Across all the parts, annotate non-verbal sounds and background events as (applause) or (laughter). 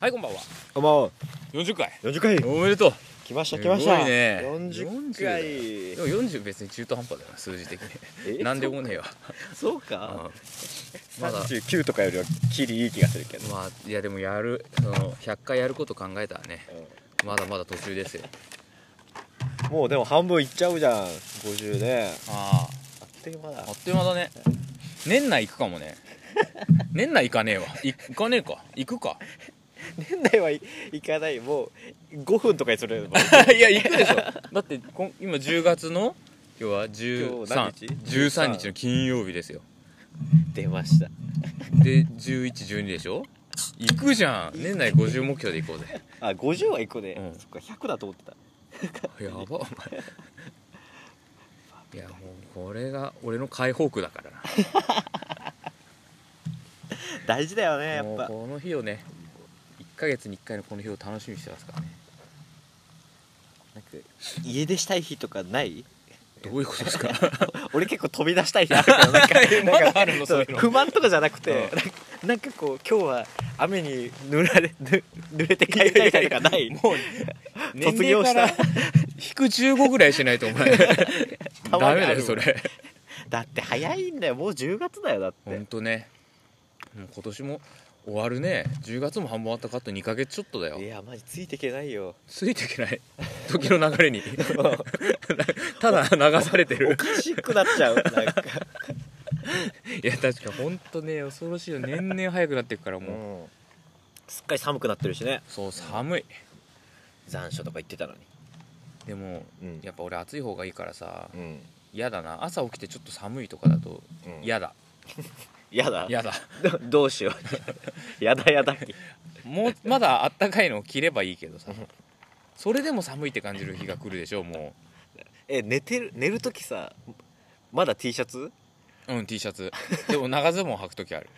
はいこんばんはこんばんは。 40回40回おめでとう来ましすごた来ました。いね40回。でも40別に中途半端だな数字的にえなんでもねえわそううか。ん (laughs) まだ39とかよりはキリいい気がするけど。まあいやでもやるその100回やること考えたらねまだまだ途中ですようんもうでも半分いっちゃうじゃん。50で。ああっという間だああ。っという間だね年内行くかも (laughs) ね年内行かねえわい行かねえか行くか年内はい、いかない。もう5分とかにする。 (laughs) いや行くでしょだってこん今10月の今日は今日何日 13, 13日の金曜日ですよ出ま (laughs) した。で1112でしょ行くじゃん年内50目標で行こうぜあ50は1個で。うんそっか100だと思ってた。やばお前いやもうこれが俺の解放区だからな大事だよねやもっうぱ。この日をね1ヶ月に1回のこの日を楽しみにしてますからねなんか家出したい日とかない？どういうことですか俺結構飛び出したい日あるけどなんかま (laughs) なんだかあるのそそうういうの不満とかじゃなくて、うなんかなんかこう今日は雨に濡られぬ濡れて帰りたいとかないもう卒業した年齢から引く15ぐらいしないとお前 (laughs) たまダにメあだるよそれだって早いんだよもう10月だよだっほんてとねもう今年も終わるね10月も半分終わったかあと2ヶ月ちょっとだよいやマジついていけないよついていけない時の流れ (laughs) に (laughs) ただ流されてるおかしくなっ (laughs) ちゃうなんか、いや確か本当ね恐ろしいよ年々早くなっていくからうもう、ん、すっかり寒くなってるしねそう寒い残暑とか言ってたのにでもうんやっぱ俺暑い方がいいからさうん嫌だな朝起きてちょっと寒いとかだとうん嫌だやだ嫌だど (laughs) どうしよう (laughs) やだやだもうまだあったかいのを着ればいいけどさそれでも寒いって感じる日が来るでしょもえ寝てる寝る時さまだ T シャツううん T シャツでも長ズボン履く時ある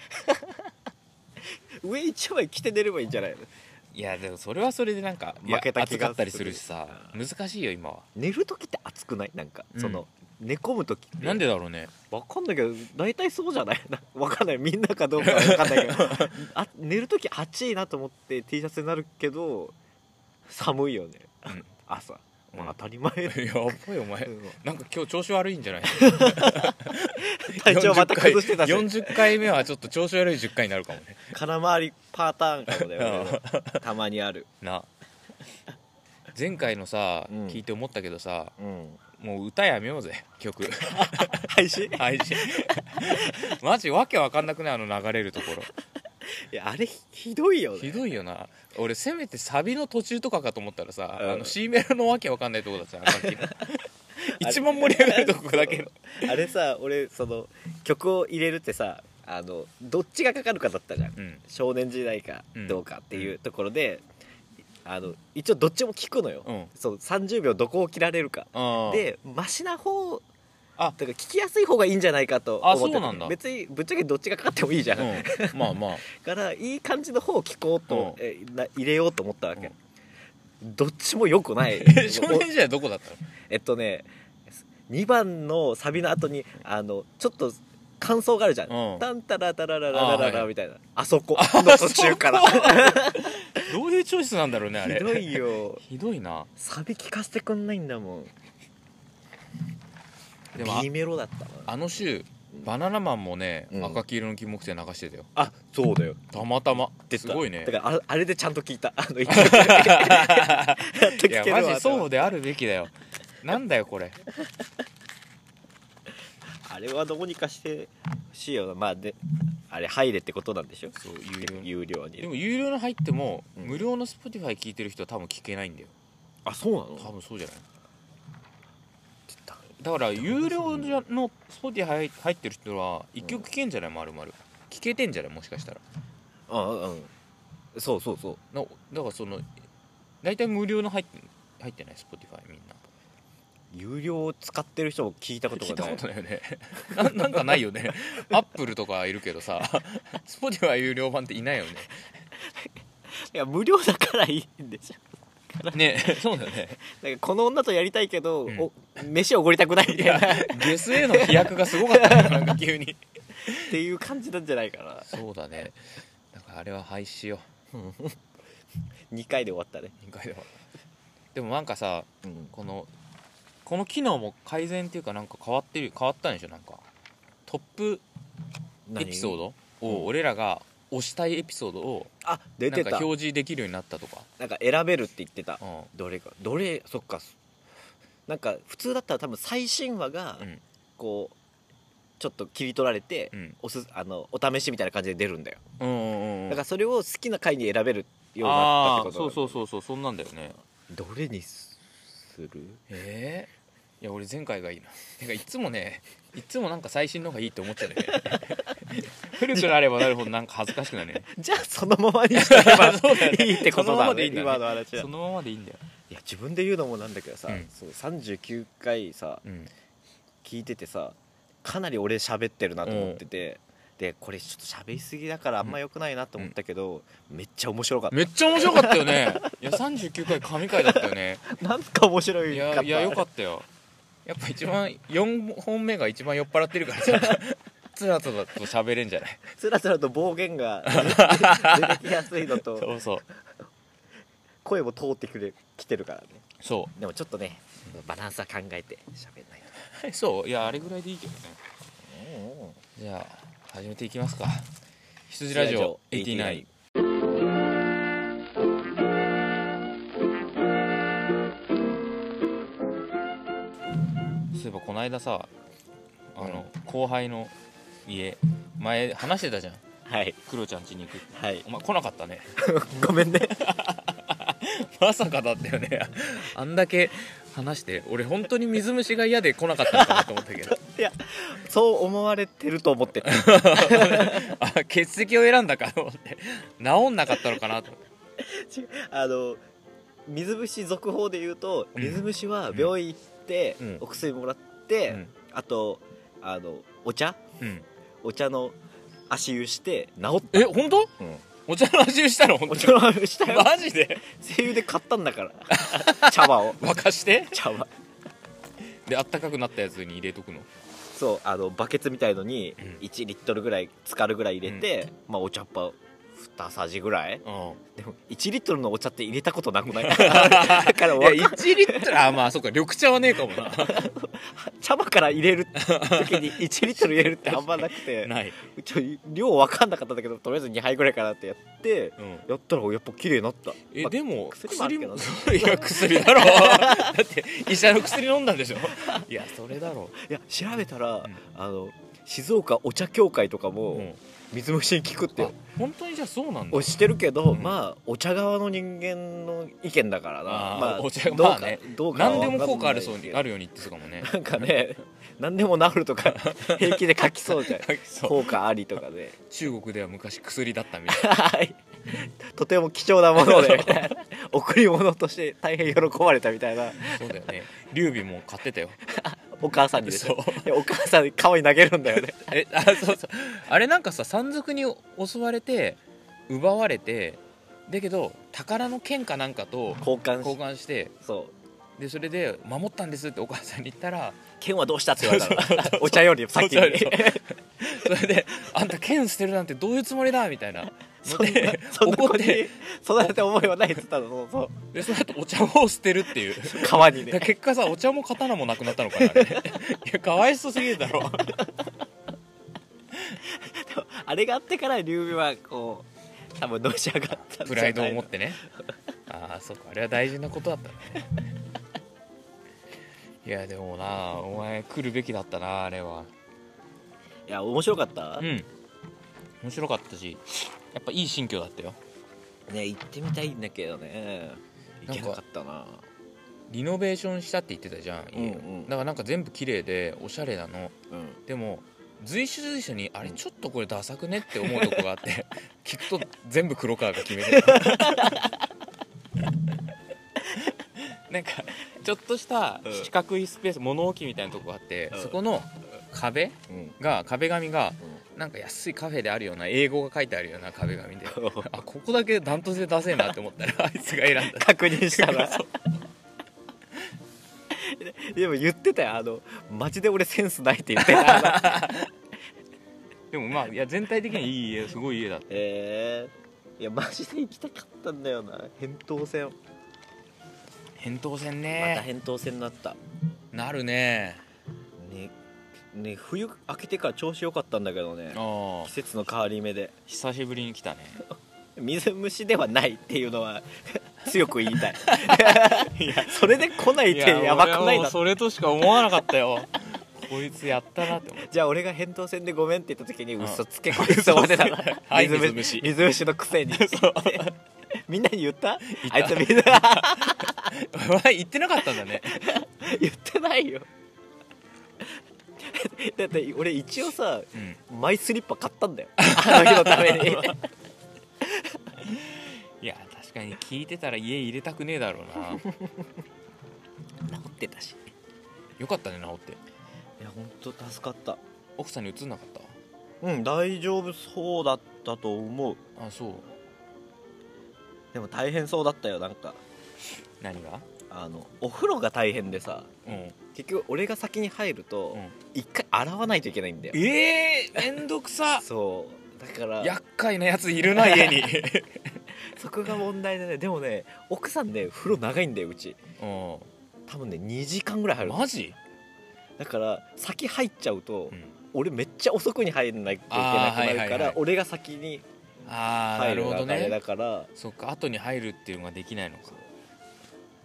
上一枚着て寝ればいいんじゃないのいやでもそれはそれでなんかいや負けた気暑がかったりするしさ難しいよ今は寝る時って暑くないなんか、うんその寝込む時ってなんでだろうね (laughs) わかんないけど大体そうじゃない (laughs) なわかんないみんなかどうかはわかんないけ (laughs) どあ寝る時暑いなと思って T シャツになるけど寒いよね、ん朝、まうんあ、当たり前 (laughs) だけやばいお前どなんか今日調子悪いんじゃない体調また崩してたし40回目はちょっと調子悪い10回になるかもね空回りパターンかもだよね (laughs) たまにある、な前回のさ、うん聞いて思ったけどさ (laughs) うん、もう歌やめようぜ曲配信配信 (laughs) マジわけわかんなくないあの流れるとこいやあれひひどいよろねひどいよな俺せめてサビの途中とかかと思ったらさ、うんあの C メロのわけわかんないとこだった (laughs) よあの楽器のれ一番盛り上がるとこだけどあれさ俺その曲を入れるってさあのどっちがかかるかだったじゃんうん少年時代かどうかっていうところで、あの一応どっちも聞くのよ、うんそう30秒どこを切られるか、あーでマシな方あだから聞きやすい方がいいんじゃないかと思っててあそうなんだ別にぶっちゃけどっちがかかってもいいじゃん、だうん、まあまあ (laughs) からいい感じの方を聞こうと、うえな入れようと思ったわけ、どっちも良く (laughs) ない (laughs) 少年時代どこだったのえっとね2番のサビの後にあのちょっと感想があるじゃんうん「タンタラタラララあララはいはいみたいなあそこの途中からどういうチョイスなんだろうねあれひどいよひどいなサビ聞かせてくんないんだもんでもあ B メロだったあの週バナナマンもね、うん赤黄色の金木犀流してたよあそうだよたまたますごいねだからああれでちゃんと聞いたあ (laughs) の一曲やっとい聞やけるわマジそうであるべきだよなんだよこれあれはどうにかしてほしいよなまあであれ入れってことなんでしょそう有料 (laughs) 有料でにも有料の入っても、うん無料の Spotify 聞いてる人は多分聞けないんだよあそうな多分そうじゃないだだから有料じゃの Spotify 入ってる人は一曲聞けんじゃないまるまる聞けてんじゃないもしかしたらうんうんそうそうそうなだからその大体無料の入って入ってない Spotify みんな有料を使ってる人も聞いたこと聞いがたないことないよね (laughs) ななんかないよね (laughs) アップルとかいるけどさ (laughs) Spotify 有料版っていないよねいや無料だからいいんでしょ (laughs) ねそうだよねなんかこの女とやりたいけど、うんお飯おごりたくないみたいなっゲスへの飛躍がすごかったねなんか急 (laughs) にていう感じなんじゃないかなそうだねだからあれは廃止よ2回で終わったね2回ではでもなんかさうんこのこの機能も改善っていうかなんか変わってる変わったんでしょなんかトップエピソードドうんを俺らが押したいエピソードをあ出なんてかた表示できるようになったとか、なんか選べるって言ってたうんどれかどれそっかなんか普通だったら多分最新話がうんこうちょっと切り取られて、うんおすあのお試しみたいな感じで出るんだよ、うんうんうんだからそれを好きな回に選べるようになあっあたってことそうそううそうそうそんなんだよねどれにするええいや俺前回がいいなてかいつもねいつもなんか最新の方がいいって思っちゃうね古くなればなるほどなんか恥ずかしくなるねじゃあそのままにしてれば (laughs) そうだよねいいってことそのまだまでねいいんだね今の話はそのままでいいんだよ、いや自分で言うのもなんだけどさ、うんそう39回さうん、聞いててさかなり俺喋ってるなと思ってて、でこれちょっと喋りすぎだからあんま良くないなと思ったけど、めっちゃ面白かっためっちゃ面白かったよねいや39回神回だったよねなんか面白いいやいやよかっったよやっぱ一番4本目が一番酔っ払ってるからさつらつらと喋れんじゃないたつらつらと暴 (laughs) 言が出てきやすいのとうそう声も通ってくれきてるからねそでもちょっとねバランスは考えて喋んないとうそういやあれぐらいでいいけどねじゃあ始めていきますか羊ラジオ89そういえばこの間さあの、後輩の家前話してたじゃんはいクロちゃん家に行くってはいお前来なかったね (laughs) ごめんねまさかだったよね (laughs) あんだけ話して俺本当に水虫が嫌で来なかったのかなと思ったけどいやそう思われてると思ってた (laughs) あ欠席を選んだかと思って治んなかったのかなと思って違うあの水虫続報で言うとうん水虫は病院行って、うんお薬もらって、うんあとあのお茶うんお茶の足湯して治ったえ本当うんお茶の味をしたの本お当茶の足湯したに (laughs) よマジで声優で買ったんだから (laughs) 茶葉を沸かして茶葉であったかくなったやつに入れとくのそうあのバケツみたいのにうん1リットルぐらい浸かるぐらい入れて、まあお茶っ葉2さじぐらいでも1リットルのお茶って入れたことなく (laughs) ないだからいわやかん1リットルあまあそうか緑茶はねえかもな茶葉から入れる時に1リットル入れるってあんまなくて (laughs) ない、ちょ量分かんなかったんだけどとりあえず2杯ぐらいからってやってうん、やったらやっぱ綺麗になったえ、まあでも薬もあるけどね薬も (laughs) いや薬だろだって医者の薬飲んだんでしょいやそれだろいや調べたら、んあの静岡お茶協会とかうもん水虫に効くってあ本当にじゃあそうなんだ推してるけど、うんまあお茶側の人間の意見だからなあーまあお茶どうか、まあねどうかは何でも効果あるそうわかんにないあるように言ってそうかもねけどなんかね何でも治る (laughs) とか平気で書きそうじゃんそう効果ありとかで中国では昔薬だったみたいはいとても貴重なものでみたいな贈り物として大変喜ばれたみたいななそうだよね劉備も買ってたよお母さんにでしそうょい (laughs) やお母さんに顔に投げるんだよねえあそうそうあれなんかさ山賊に襲われて奪われてだけど宝の剣かなんかと交換交し換してそうでそれで「守ったんです」ってお母さんに言ったら剣はどうしたって言われたら (laughs) お茶より先にそうそう (laughs) それで「あんた剣捨てるなんてどういうつもりだ」みたいな (laughs) (laughs) そんなそんな怒子っにて育てた思いはないっつったのそうそうでその後お茶を捨てるっていう川にだからね結果さお茶も刀もなくなったのか (laughs) なあれいやかわいそうすぎるだろあれがあってから劉備はこう多分のし上がったんじプゃないのライドを持ってねああそうかあれは大事なことだったね (laughs) いやでもなお前来るべきだったなあれはいや面白かった、うん面白かったしやっぱいい新居だったよね行ってみたいんだけどね行けなかったなリノベーションしたって言ってたじゃん家を、うんうんだからなんか全部綺麗でおしゃれなのうんでも随所随所にあれちょっとこれダサくねって思うとこがあって (laughs) 聞くと全部黒川が決めてる (laughs) なんかちょっとしたうん四角いスペース物置みたいなとこがあってうんそこの壁うんが壁紙がなんか安いカフェであるような英語が書いてあるような壁紙で (laughs) あここだけダントツでダセえなって思ったら (laughs) あいつが選んだ確認したら (laughs) でも言ってたよあのマジで俺センスないって言ってたでもまあいや全体的にいい家すごい家だったえいやマジで行きたかったんだよな扁桃腺扁桃腺またね、扁桃腺になったなるねねね冬明けてから調子良かったんだけどねああ季節の変わり目で久しぶりに来たね水虫ではないっていうのは (laughs) 強く言いた (laughs) いそれで来ないってやばくな俺はいもなうそれとしか思わなかったよ (laughs) こいつやったなって思っじゃあ俺が扁桃腺でごめんって言った時にん嘘つけこいつ思ってたらはい水水虫水虫のく (laughs) せに (laughs) みんなに言ったあいつ (laughs) みんなた言ってなかったんだ (laughs) ね (laughs) 言ってないよだって俺一応さうんマイスリッパ買った (laughs) んだよあの日のためにいや確かに聞いてたら家入れたくねえだろうな治ってたしよかったね治っていや本当助かった奥さんに移んなかっうん大丈夫そうだったと思うたあそうでも大変そうだったよなんか何があのお風呂が大変でさうん結局俺が先に入るとうん一、回洗わないといけないんだよええー、めんどくさそうだから (laughs) 厄介なやついるな家にそこが問題でねでもね奥さんね風呂長いんだようち (laughs) う多分ね2時間ぐらい入んるマジ、だから先入っちゃうと、うん、俺めっちゃ遅くに入んないといけなくなるから、あーはいはいはい俺が先にああな入るるほどのがあれだねから、そっか後に入るっていうのができないのか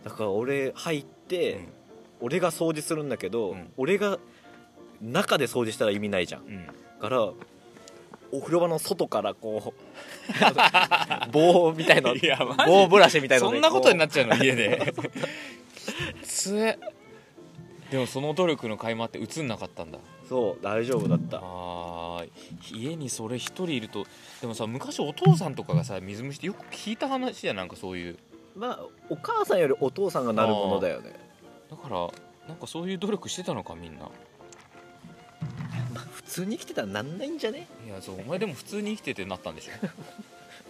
だから俺入って、俺が掃除するんだけど、うん俺が中で掃除したら意味ないじゃんうん、うん、からお風呂場の外からこう棒みた (laughs) いないやマジ棒ブラシみたいなそんなことになっっちゃうの家できついでもその努力の甲斐もあって映んなかったんだそう大丈夫だったあー家にそれ一人いるとでもさ昔お父さんとかがさ水虫ってよく聞いた話じゃんなんかそういうまあお母さんよりお父さんがなるものだよねだからなんかそういう努力してたのかみんなまあ普通に生きてたらなんないんじゃねいやそうお前でも普通に生きててなったんでしょ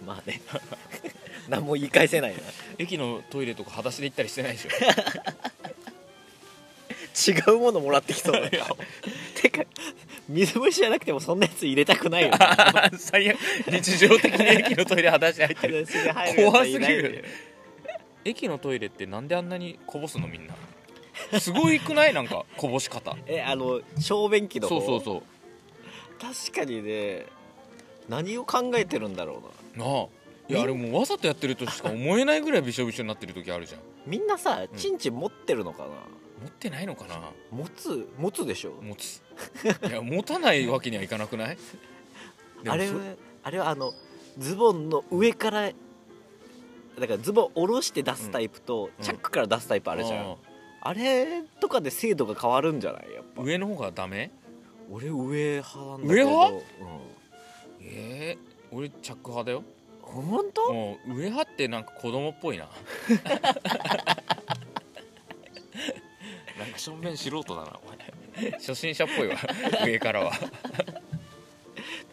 まあね (laughs) 何も言い返せないな駅のトイレとか裸足で行ったりしてないでしょ違うものもらってきそうだてか水虫じゃなくてもそんなやつ入れたくない (laughs) よね (laughs) 最悪日常的に駅のトイレ裸足で入ってる怖すぎる駅のトイレってなんであんなにこぼすのみんなすごいくないなんかこぼし方えあの小便器のそ方うそうそう確かにね何を考えてるんだろうななあいやあれもうわざとやってるとしか思えないぐらいびしょびしょになってる時あるじゃんみんなさうんチンチン持ってるのかな、持ってないのかな持つ持つでしょ持ついや持たないわけにはいかなくないでもあれそはあれはあのズボンの上からだからズボン下ろして出すタイプと、うんチャックから出すタイプあるじゃん、ああれとかで精度が変わるんじゃないやっあぱ上の方がダメ俺上派なんだけど上派うん、ええ俺チャック派だよ本当もう上派ってなんか子供っぽいななんか正面素人だなお前 (laughs) 初心者っぽいわ上からは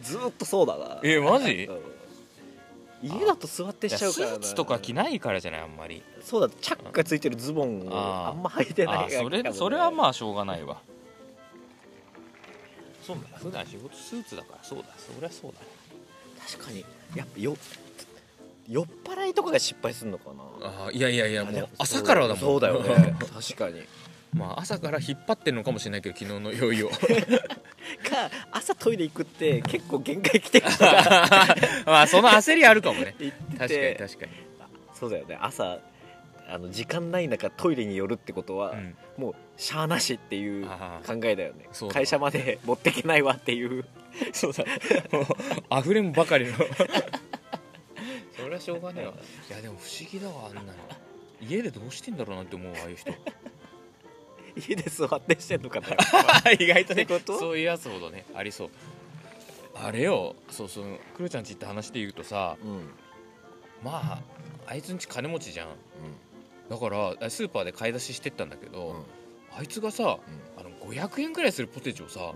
ずーっとそうだなえマジうん家だと座っていしやスちゃうからなーツとか着ないからじゃないあんまりそうだチャックがついてるズボンをあーあんま履いてないあそれそれはまあしょうがないわそうだ普段仕事スーツだからそうだそりゃそう確かにやっぱよ酔っ払いとかが失敗するのかなだあいやいやいやあもでうそう朝からだもんそうだよね確かに (laughs) まあ朝から引っ張ってんのかもしれないけど昨日の酔 (laughs) いをか朝トイレ行くって結構限界来てる (laughs) 人がまあその焦りあるかもね言って確てかに確かに、そうだよね朝あの時間ない中トイレに寄るってことは、うん、もうしゃあなしっていうあ考えだよねそうだ会社まで持ってけないわっていうそうだもう溢れんばかりのそりゃしょうがねえわいやでも不思議だわあんなの家でどうしてんだろうなって思うわああいう人家で座ってしてんのかな意外とってことそういうやつほどねありそうあれよそうそうクロちゃんちって話で言うとさうん、うん、まああいつんち金持ちじゃんだからあスーパーで買い出ししてったんだけど、あいつがさあの500円くらいするポテチをさ、も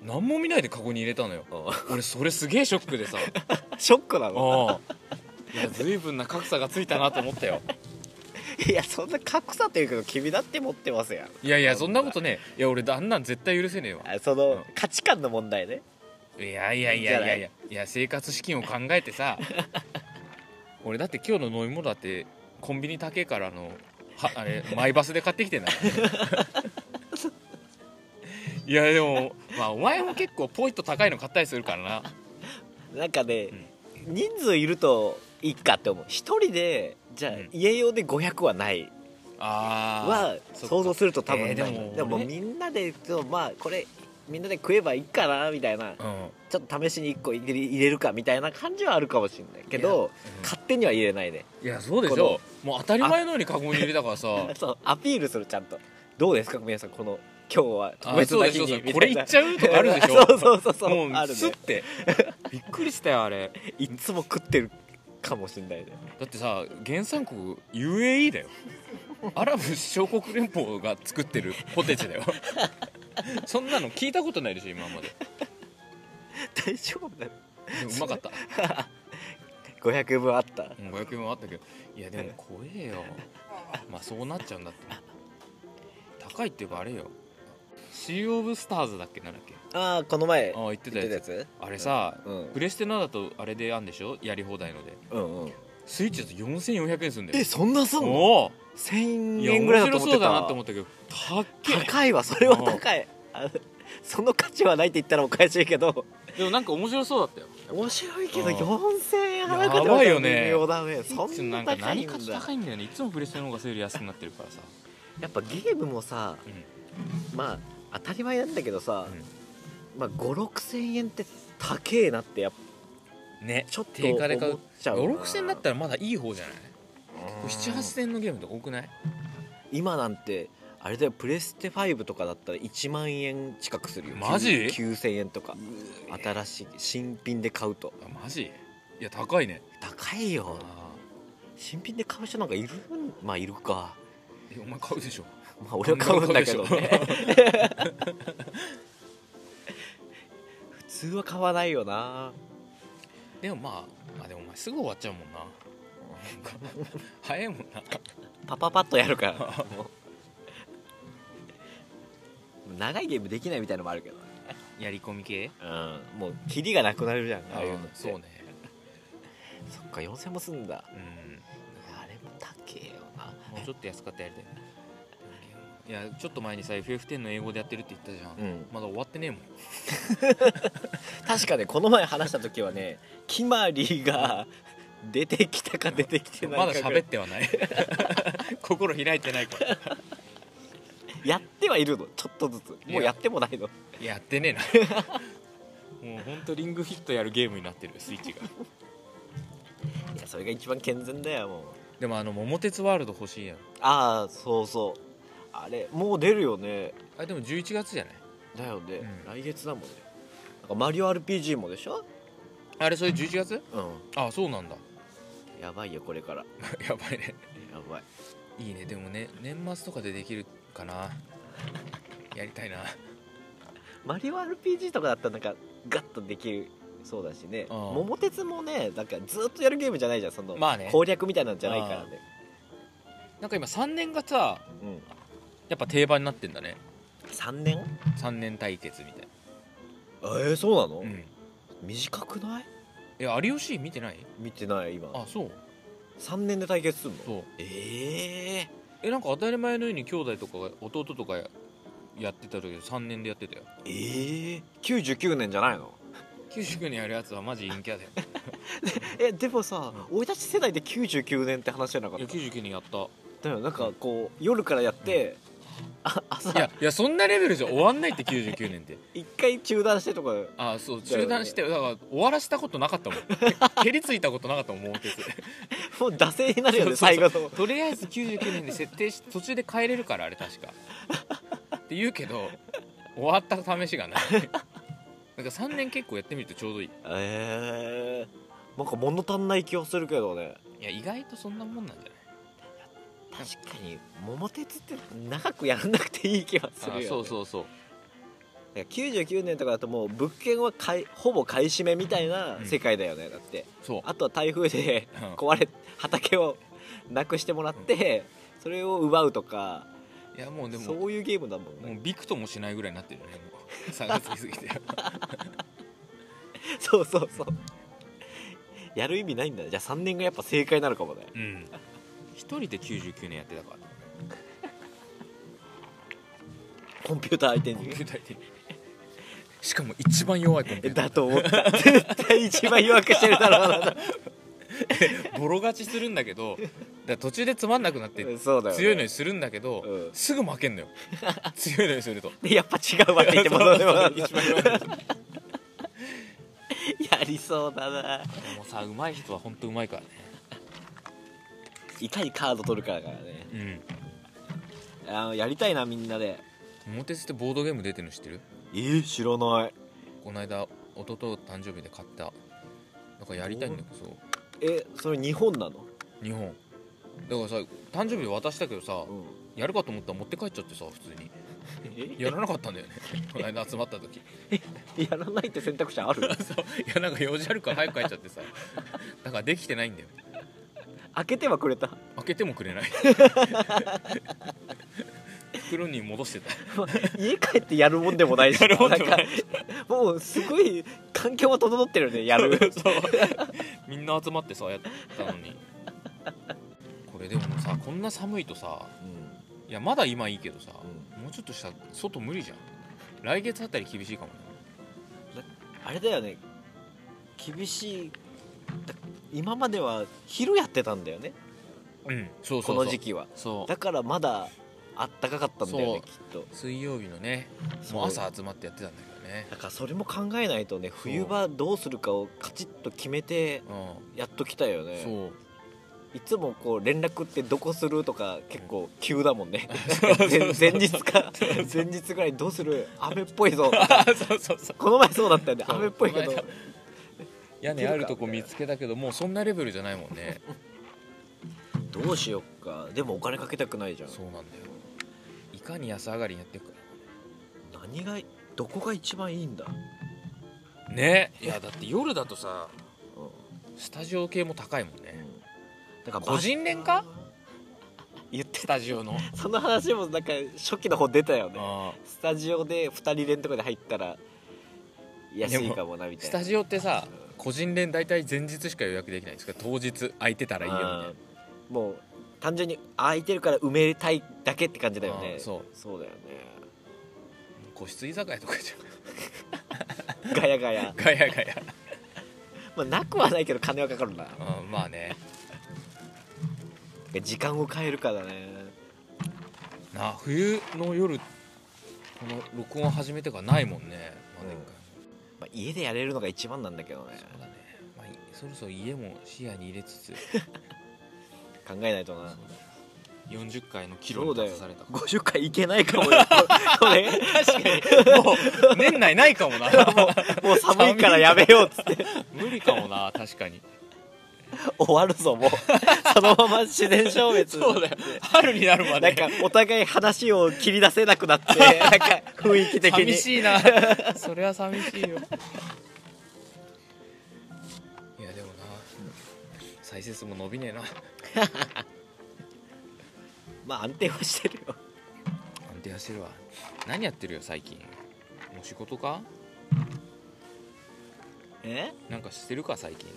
う何も見ないでカゴに入れた (laughs) のよ俺それすげえショックでさショックなのああいや随分な格差がついたなと思ったよいやそんな格差というけど君だって持ってますやんいやいやそんなことねいや俺あんなん絶対許せねえわあその価値観の問題ね (laughs) いやいやいやいやいやいや生活資金を考えてさ俺だって今日の飲み物だってコンビニ高えからあのはあれマイバスで買ってきてんだからね (laughs) いやでもまあお前も結構ポイント高いの買ったりするからななんかね、人数いるといいかって思う一人でじゃあうん家用で500はないあはーそっか想像すると多分えーででも,、もでもねみんなでちょっとまあこれみんなで食えばいいかなみたいうんな、うんちょっと試しに1個入れ入れるかみたいな感じはあるかもしれないけど勝手には入れないでいやそうでしょもう当たり前のようにカゴに入れた (laughs) からさそうアピールするちゃんとどうですか皆さんこの今日は特あ別そうなで日しょそうにでしょみこたれいいっなちゃうとかあるでしょ (laughs) そうそうそうそうもあうるすっねてびっくりしたよあれいつも食ってるかもしれないねだってさ原産国 UAE だよアラブ小国連邦が作ってるポテ (laughs) チだよそんなの聞いたことないでしょ今まで大丈夫だよでもうまかった500分あったうん500円もあったけどいやでも怖えよまあそうなっちゃうんだって高いっていうかあれよシー・オブ・スターズだっけなんだっけああこの前ああ言ってた言ってたややつつあれさうんプレステ7だとあれであんでしょやり放題のでうんうんスイッチだと4400円すんだえよそんなすんのおお1000いや円ぐらい面だと白思そってうだなって思たったけど高っけ高いわそれは高いあその価値はないって言ったらおかしいけど (laughs) でもなんか面白そうだったよ面白いけどうん4000円払うかやばいよね微妙だねそちょっとんななんか高何いんかとだ高いんだよねいつもプレステの方がセール安くなってるからさ、やっぱゲームもさうんまあ当たり前なんだけどさうん、まあ56000円って高えなってやっぱねちょっと定思価で買うっちゃうな56000だったらまだいい方じゃないうん78000円のゲームとか多くない今なんてあれだよプレステ5とかだったら1万円近くするよマジ9000円とか新しい新品で買うとあマジいや高いね高いよあ新品で買う人なんかいるまあいるかーえお前買うでしょまあ俺は買うんだけど俺は買ね普通は買わないよなでもまああでもお前すぐ終わっちゃうもん (laughs) な早いもんなパパパッとやる (laughs) からもう長いゲームできないみたいのもあるけどねやり込み系うんもうキリがなくなるじゃんああいうのってそうねそっか4000もすんだうんあれも高えよなもうちょっと安かったらやりたいないやちょっと前にさ FF10 の英語でやってるって言ったじゃん、うんまだ終わってねえもん確かねこの前話した時はねキマリが (laughs) 出てきたか出てきてなまいかだぐらい喋っては (laughs) ない心開いてないからやってはいるのちょっとずつもうやってもないのやってねえなもうほんとリングフィットやるゲームになってるスイッチがいやそれが一番健全だよもうでもあの桃鉄ワールド欲しいやんああそうそうあれもう出るよねあでも11月じゃないだよね、うん来月だもんねなんかマリオ RPG もでしょあれそれ11月うんあそうなんだ (laughs) やばいよこれから (laughs) やばいねやばいいいねでもね年末とかでできるかなやりたいなマリオ RPG とかだったらなんかガッとできるそうだしねうん桃鉄もねなんかずっとやるゲームじゃないじゃんそのまあね攻略みたいなんじゃないからねなんか今3年がさうんやっぱ定番になってんだね3年3年対決みたいなえー、そうなの、うん短くないえ有吉見てない見てない今あそう3年で対決するのそうえええなんか当たり前のように兄弟とかが弟とかややってた時3年でやってたよええ99年じゃないの99年やるやつはマジ陰キャだよえでもさ生い立ち世代で99年って話じゃなかっいやた99年やっただよなんかこう夜からやって、あい朝やいやそんなレベルじゃ終わんないって99年って一回中断してとか (laughs) あそうだよね中断してだから終わらせたことなか (laughs) ったもん蹴りついたことなかったもん桃鉄もう惰性になるよねそう最そ後うのとりあえず99年で設定し途中で変えれるからあれ確かって言うけど終わった試しがないなんか3年結構やってみるとちょうどいいええなんか物足んない気はするけどねいや意外とそんなもんなんじゃない確かに桃鉄って長くやらなくていい気はするよ、ね、あそうそうそういや99年とかだともう物件は買いほぼ買い占めみたいな世界だよね、だってそうあとは台風でうん壊れ畑をなくしてもらって、それを奪うとかいやもうでもそういうゲームだもんもねうびくともしないぐらいになってるよねもう差がつきすぎてそうそうそうやる意味ないんだじゃあ3年がやっぱ正解なのかもねうん一人で99年やってたからコンピューター相手に携帯でしかも一番弱いコンピュータだと思った絶対一番弱くしてるだろうなーボロ勝ちするんだけどだから途中でつまんなくなってそうだよね、強いのにするんだけど、うんすぐ負けんのよ強いのにす (laughs) るとでやっぱ違うわって言ってもそうでそもう一番弱いのにやりそうだなもうさうまい人は本当うまいからねいかにカード取るかだからねうんあのやりたいなみんなでモテスってボードゲーム出てるの知ってるえー、知らないこの間弟誕生日で買ったなんかやりたいんだけどそうえそれ日本なの、日本だからさ誕生日で渡したけどさうん、やるかと思ったら持って帰っちゃってさ普通にえやらなかったんだよね (laughs) この間集まった (laughs) 時いやらないって選択肢あるやなんか用事あるから早く帰っちゃ (laughs) ってさだからできてないんだよ開けてはくれた開けてもく (laughs) れない袋に戻してた家帰ってやるもんでもない (laughs) しやるもんでもないんかもうすごい環境は整ってるよねや (laughs) る (laughs) そうみんな集まってさやったのにこれでもさこんな寒いとさいやまだ今いいけどさ、もうちょっとしたら外無理じゃん来月あたり厳しいかもねあれだよね厳しいだ今までは昼やってたんだよねうんそうこそうそうの時期はそうだからまだあったかかったんだよねきっと水曜日のねそうもう朝集まってやってたんだけどねだからそれも考えないとね冬場どうするかをカチッと決めてうやっときたよんねそういつもこう連絡ってどこするとか結構急だも (laughs) んねそうそう前前日か前日ぐらいにどうする雨っぽいぞそうそうそうこの前そうだったよねそう雨っぽいけどこの間 (laughs) 屋根いけるかあるとこ見つけたけどもうそんなレベルじゃないもん (laughs) ねどうしよっかでもお金かけたくないじゃんそうなんだよいかに安上がりにやっていくか何がどこが一番いいんだ、ねいやだって夜だとさスタジオ系も高いもんねだから個人連か言ってスタジオのその話もなんか初期の方出たよねあスタジオで2人連とかで入ったら安いかもなみたスいなタジオってさ個人連大体前日しか予約できないんですけど当日空いてたらいいよみたいなうんもう単純に空いてるから埋めたいだけって感じだよねあーそうだよね個室居酒屋とかじガヤガヤゃん (laughs) ガヤガヤまあなくはないけど金はかかるなうんまあね時間を変えるかだねなあ冬の夜この録音始めてからないもんねまだ一回もまあ、家でやれるのが一番なんだけどねそうだね、まあ、いそろそろ家も視野に入れつつ考えないとな40回のキロそにうだ達よされたも50回いけないかも (laughs) よこれう年内ないかもなもう寒いからやめようっつって無理かもな確かに終わるぞもうそのまま自然消滅そうだよ春になるまなんでかお互い話を切り出せなくなって (laughs) なんか雰囲気的に寂しいなそれは寂しいよいやでもな再生数も伸びねえな安まあ安定はしてる (laughs) よ定はしてるわ何やってるよ最近もう仕事かえなんかしてるか最近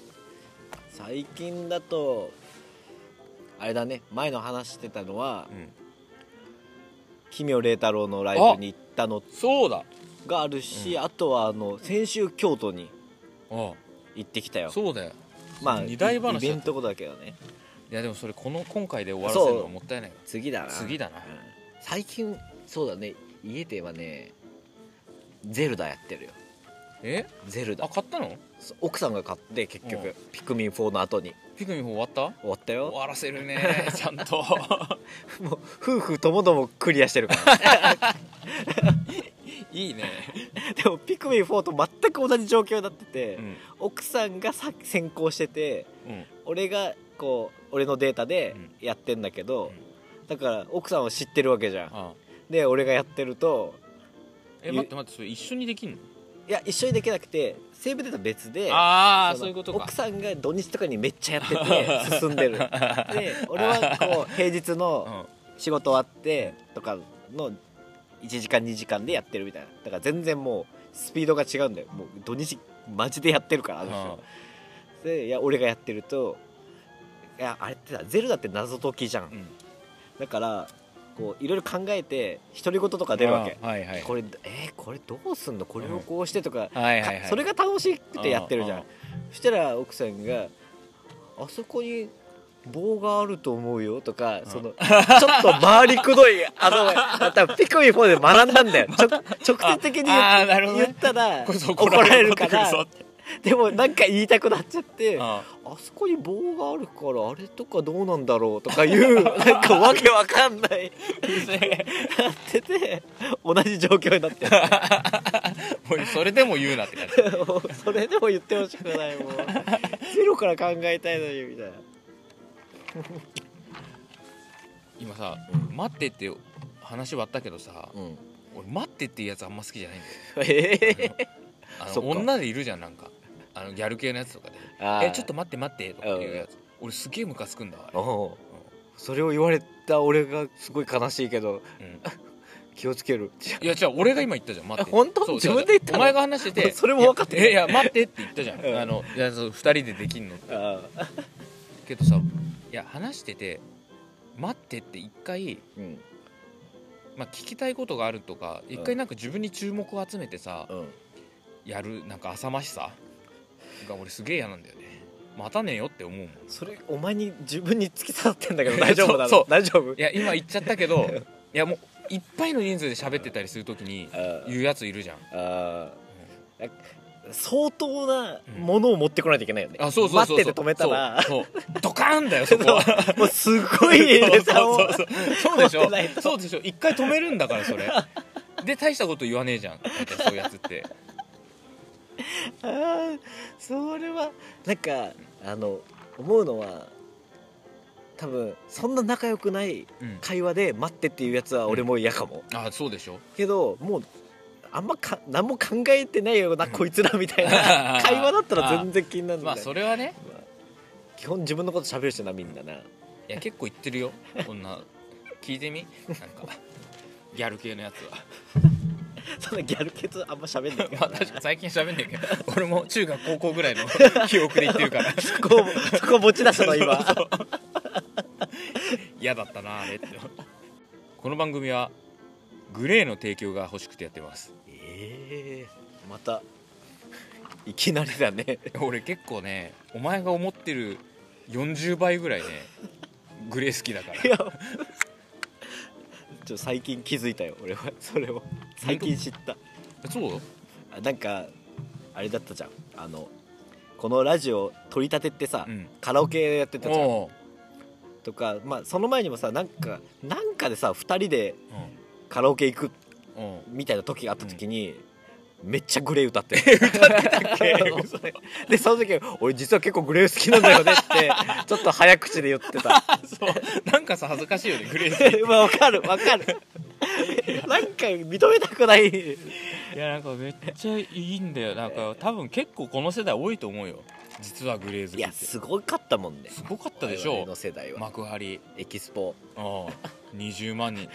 最近だとあれだね前の話してたのはうん奇妙麗太郎のライブに行ったのそうだがあるし、あとはあの先週京都にあ行ってきたあよそうだよまあ二大話だったイベントごとだけどねいやでもそれこの今回で終わらせるのそがうもったいないか次だらな次だなうん最近そうだね家ではねゼルダやってるよえゼルあダ買ったのそう奥さんが買って結うん局ピクミン4の後にピクミン4終わった終わったよ終わらせる (laughs) ねちゃんともう夫婦ともどもクリアしてるから (laughs) (laughs) いいね、でもピクミン4と全く同じ状況になってて、うん奥さんがさ先行しててうん、俺がこう俺のデータでやってんだけど、だから奥さんは知ってるわけじゃんああで俺がやってるとえ待って待ってそれ一緒にできんのいや一緒にできなくてセーブデータ別でああのそういうことか奥さんが土日とかにめっちゃやっ (laughs) てて進んでるで俺はこう平日うのん仕事終わってとかの1時間2時間でやってるみたいなだから全然もうスピードが違うんだよもう土日マジでやってるからあの人、でいや俺がやってるといやあれってさゼルダって謎解きじゃんうんだからこういろいろ考えて独り言とか出るわけあーはいはいこれえーこれどうすんのこれをこうしてとか、はいはいはいそれが楽しくてやってるじゃうんんうんそしたら奥さんが「あそこに棒があると思うよ」とか、そのちょっと回りくどいあの多分ピクミン4で学んだん (laughs) だよちょ直接的に言ああーなるほど言ねったらこいつ怒られるか怒られらるぞってでもなんか言いたくなっちゃって。ああそこに棒があるからあれとかどうなんだろうとかいうなんかわけわかんないなってて同じ状況になってる (laughs) ーもうそれでも言うなって感じもう (laughs) それでも言ってほしくないもうゼロから考えたいのにみたいな今さう「待って」って話割ったけどさうん俺「待って」っていうやつあんま好きじゃないんだよ (laughs) ええあそのっか女でいるじゃんなんかあのギャル系のやつとかで「あえちょっと待って待って」とかいうやつ俺すげえムカつくんだわあれおうそれを言われた俺がすごい悲しいけどうん気をつけるいやじゃあ俺が今言ったじゃん待ってあ (laughs) 本当そう自分で言ったのお前が話してて (laughs) それも分かっていやいや待ってって言ったじゃん、うんあのいやそう二人でできんの (laughs) ああけどさいや話してて待ってって一回、うんまあ、聞きたいことがあるとか一回なんか自分に注目を集めてさ、うんやるなんか浅ましさが俺すげえ嫌なんだよね待たねえよって思うもんいそれお前に自分に突き刺さってんだ (laughs) けど大丈夫なのそうそう大丈夫や今言っちゃったけ (laughs) どいやもういっぱいの人数で喋ってたりするときにああ言うやついるじゃんあーなんか相当なものを持ってこないといけないよね、あそうそうそうそう待ってて止めたらそうそうドカーンだよそこは (laughs) もうすごいネタをそうそうそうそうでし持っょてないとそうでしょ一回止めるんだからそれで大したこと言わねえじゃん大体そういうやつってあー (laughs) それはなんかあの思うのは多分そんな仲良くないうん会話で待ってっていうやつは俺も嫌かも、あそうでしょけどもうあんまか何も考えてないよな、んこいつらみたいな (laughs) 会話だったら全然気になるんまだあそれはね基本自分のこと喋る人なみんなな、いや結構言ってるよこんな聞いてみなんかギャル系のやつはそんなギャル系とあんま喋んないかまあら (laughs) な確か最近喋んねえけど俺も中学高校ぐらいの記憶で言ってるからそこをそこを持ち出すの今 (laughs) そうそう嫌だったなあれってこの番組はグレーの提供が欲しくてやってます (laughs) ええまたいきなりだね俺結構ねお前が思ってる40倍ぐらいねグレー好きだからいやちょっと最近気づいたよ俺は (laughs) それを最近知ったそうあなんかあれだったじゃんあのこのラジオ取り立てってさ、うんカラオケやってたじゃんおうとか、まあ、その前にもさなんかなんかでさ2人でうカラオケ行くんうんみたいな時があった時に、めっちゃグレー歌ってる (laughs) 嘘でその時俺実は結構グレー好きなんだよねってちょっと早口で言ってたそうなんかさ恥ずかしいよねグレー好 (laughs) まあわかるわかる (laughs) なんか認めたくないきいやなんかめっちゃいいんだよなんか多分結構この世代多いと思うよ実はグレー好いきやってすすごかったもんねごかったでし我々ょの世代は、幕張エキスポあ20万 (laughs) 人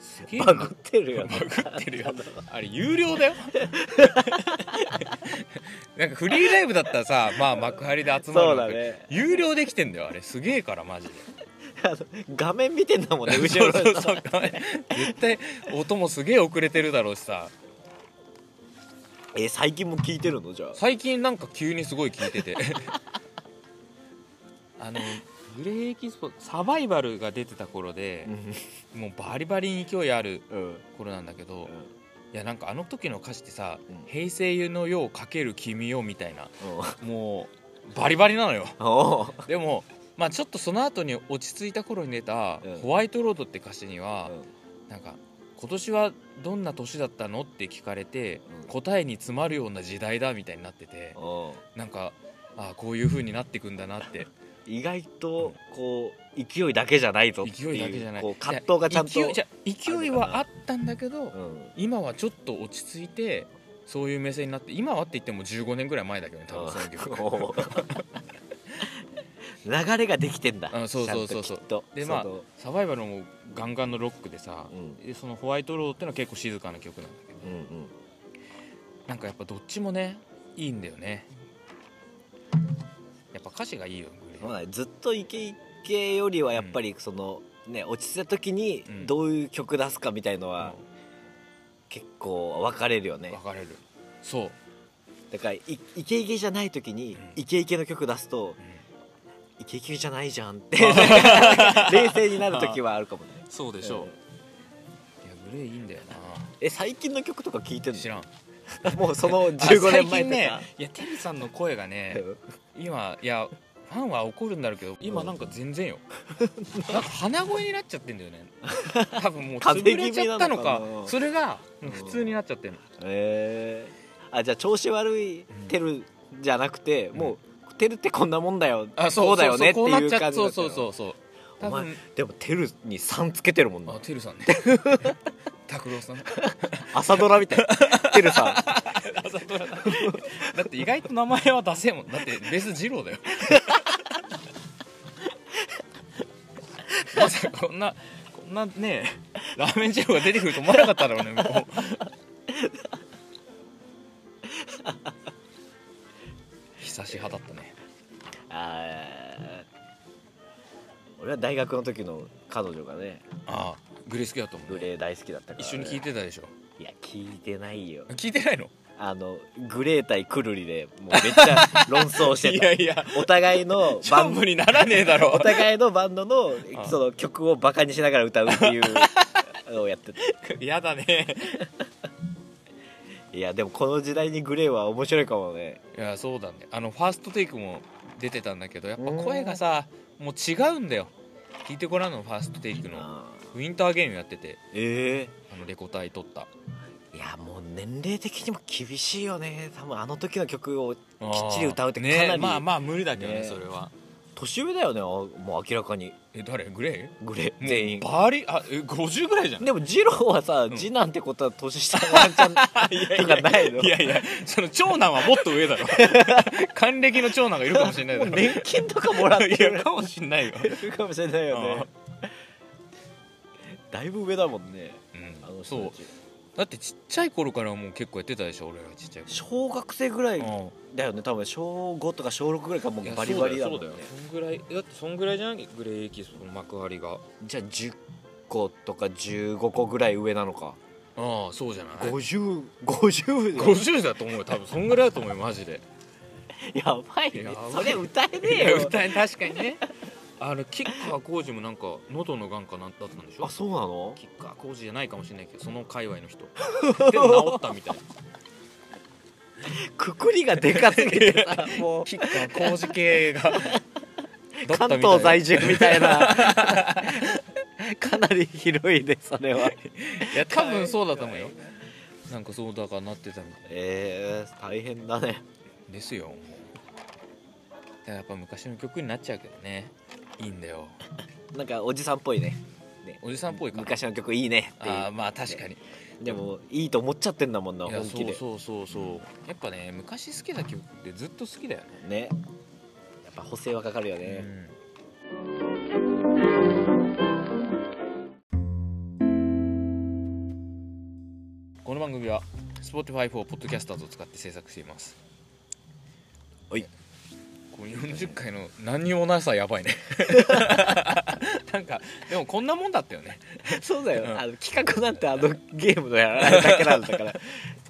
すげえなバグってるよねバグってるよあれ有料だよ (laughs) なんかフリーライブだったらさまあ幕張で集まるそうわだけね有料できてんだよあれすげえからマジであの画面見てんだも (laughs) んね (laughs) 後そうろそうそう絶対音もすげえ遅れてるだろうしさえ最近も聞いてるのじゃあ最近なんか急にすごい聞いて (laughs) てあのグレーエキスポサバイバルが出てた頃でう、んもうバリバリに勢いあるうん頃なんだけど、いやなんかあの時の歌詞ってさ「うん平成の世をかける君よ」みたいなもうバリバリなの (laughs) よおうでもまあちょっとその後に落ち着いた頃に出たうん「ホワイトロード」って歌詞には、なんか「今年はどんな年だったの?」って聞かれて、うん答えに詰まるような時代だみたいになってて、おうなんかああこういう風になっていくんだな (laughs) って意外とこう勢いだけじゃないぞってい勢ういだけじゃないこう葛藤がちゃんと勢いじゃ勢いはあったんだけど、うん今はちょっと落ち着いてそういう目線になって今はって言っても15年ぐらい前だけどね多分その曲 (laughs) おう流れができてんだうんそうそうそうちそゃんうときっとでまあそのサバイバルもガンガンのロックでさう、んでそのホワイトロードってのは結構静かな曲なんだけどうんなんかやっぱどっちもねいいんだよねうぱ歌詞がいいよグレーまあずっとイケイケよりはやっぱりその、ね落ち着いた時にうんどういう曲出すかみたいのは結構分かれるよね分、かれるそう、だからいイケイケじゃない時にうんイケイケの曲出すとうんイケイケじゃないじゃんって冷静になる時はあるかもねそうでしょう、いやグレーいいんだよえ最近の曲とか聞いてなん知らんのもうそのあ15年前最近とねか、いやテリーさんの声がねうん今いやファンは怒るんだろうけど今なんか全然 (laughs) よなんか鼻声になっちゃってんだよね多分もう風潰邪れ気ち味ゃなっのかたなのかそれが普通になっちゃってるのえー、あじゃあ調子悪いんてるじゃなくて、んもうてるってこんなもんだよあそそうだよねってこないうっうちゃ感っじだそっうたそようそうそう多お前分でも「てる」に「さん」つけてるもんなあテルさんね (laughs) 拓郎さん朝ドラみたい (laughs) な「てるさん」だって意外と名前は出せんもんだってベース二郎だよまさかこんなこんなねラーメン二郎が出てくると思わなかっただろうね向こう久し派だったねあー俺は大学の時の彼女がねああグレー好きだと思うグレー大好きだったから、ね、一緒に聞いてたでしょいや聞いてないよ聞いてないのあのグレー対クルリでもうめっちゃ (laughs) 論争していたやいやお互いのバ (laughs) 勝ンド負にならねえだろお互いのバンドのあその曲をバカにしながら歌うっていうのをやってて嫌だねいやでもこの時代にグレーは面白いかもねいやそうだねあのファーストテイクも出てたんだけどやっぱ声がさもう違うんだよ聞いてごらんのファーストテイクのあーウィンターゲームやっててえあのレコ大撮ったえいやもう年齢的にも厳しいよね多分あの時の曲をっちり歌うってあーかなりねまあまあ無理だけどねねそれは年上だよねあもう明らかにえ誰グレグレーー全員もうバリあえ50ぐらいじゃんでもジローはさ、ん次男ってことは年下のワンちゃんとかないのいやいやその長男はもっと上だろ (laughs) 還暦の長男がいるかもしれないだもうろ年金とかもらっていやるかもしんないよ、かもしれないよねだいぶ上だもんねあうのん、人そうたちだってちっちゃい頃からもう結構やってたでしょ俺がちっちゃい頃小学生ぐらいうんだよね多分小5とか小6ぐらいからもいうやバリバリだもんそねうよそうだよそんぐらいだってそんぐらいじゃないグレーエキスの幕張があじゃあ10個とか15個ぐらい上なのかあそうじゃない5050 50 50だと思うよ多分そんぐらいだと思うよマジでやばいねやばいそれ歌えねいえやよ歌え確かにね (laughs) あの吉川浩司もなんか喉のがんかなんだったんでしょあそうなの吉川浩司じゃないかもしれないけどその界隈の人でも治ったみたいくくりがでかすぎてさ (laughs) もう吉川浩司系が関東在住住みたい (laughs) なかなり広いねそれはいや多分そうだと思うよなんかそうだからなってたみたいえー、大変だねですよもうだからやっぱ昔の曲になっちゃうけどねいいんだよなんかおじさんっぽいねおじさんっぽいか昔の曲いいねってあいあまあ確かにうでもいいと思っちゃってんだもんないや本そ気うでそうそうそうやっぱね昔好きな曲ってずっと好きだよねねやっぱ補正はかかるよね、この番組は Spotify for Podcasters を使って制作していますおいこの40回の何にもなさやばい (laughs) ねなんかでもこんなもんだったよねそうだよ、うんあの企画なんてあのゲームのやられだけなんだから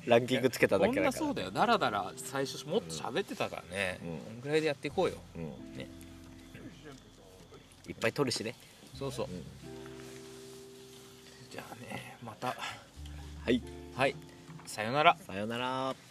ランキングつけただこけんだなかそらうだよだらだら最初もっと喋ってたからね、うんこんぐらいでやっていこうようんねいっぱい取るしねそうそう、んじゃあねまたはいはいさよならさよなら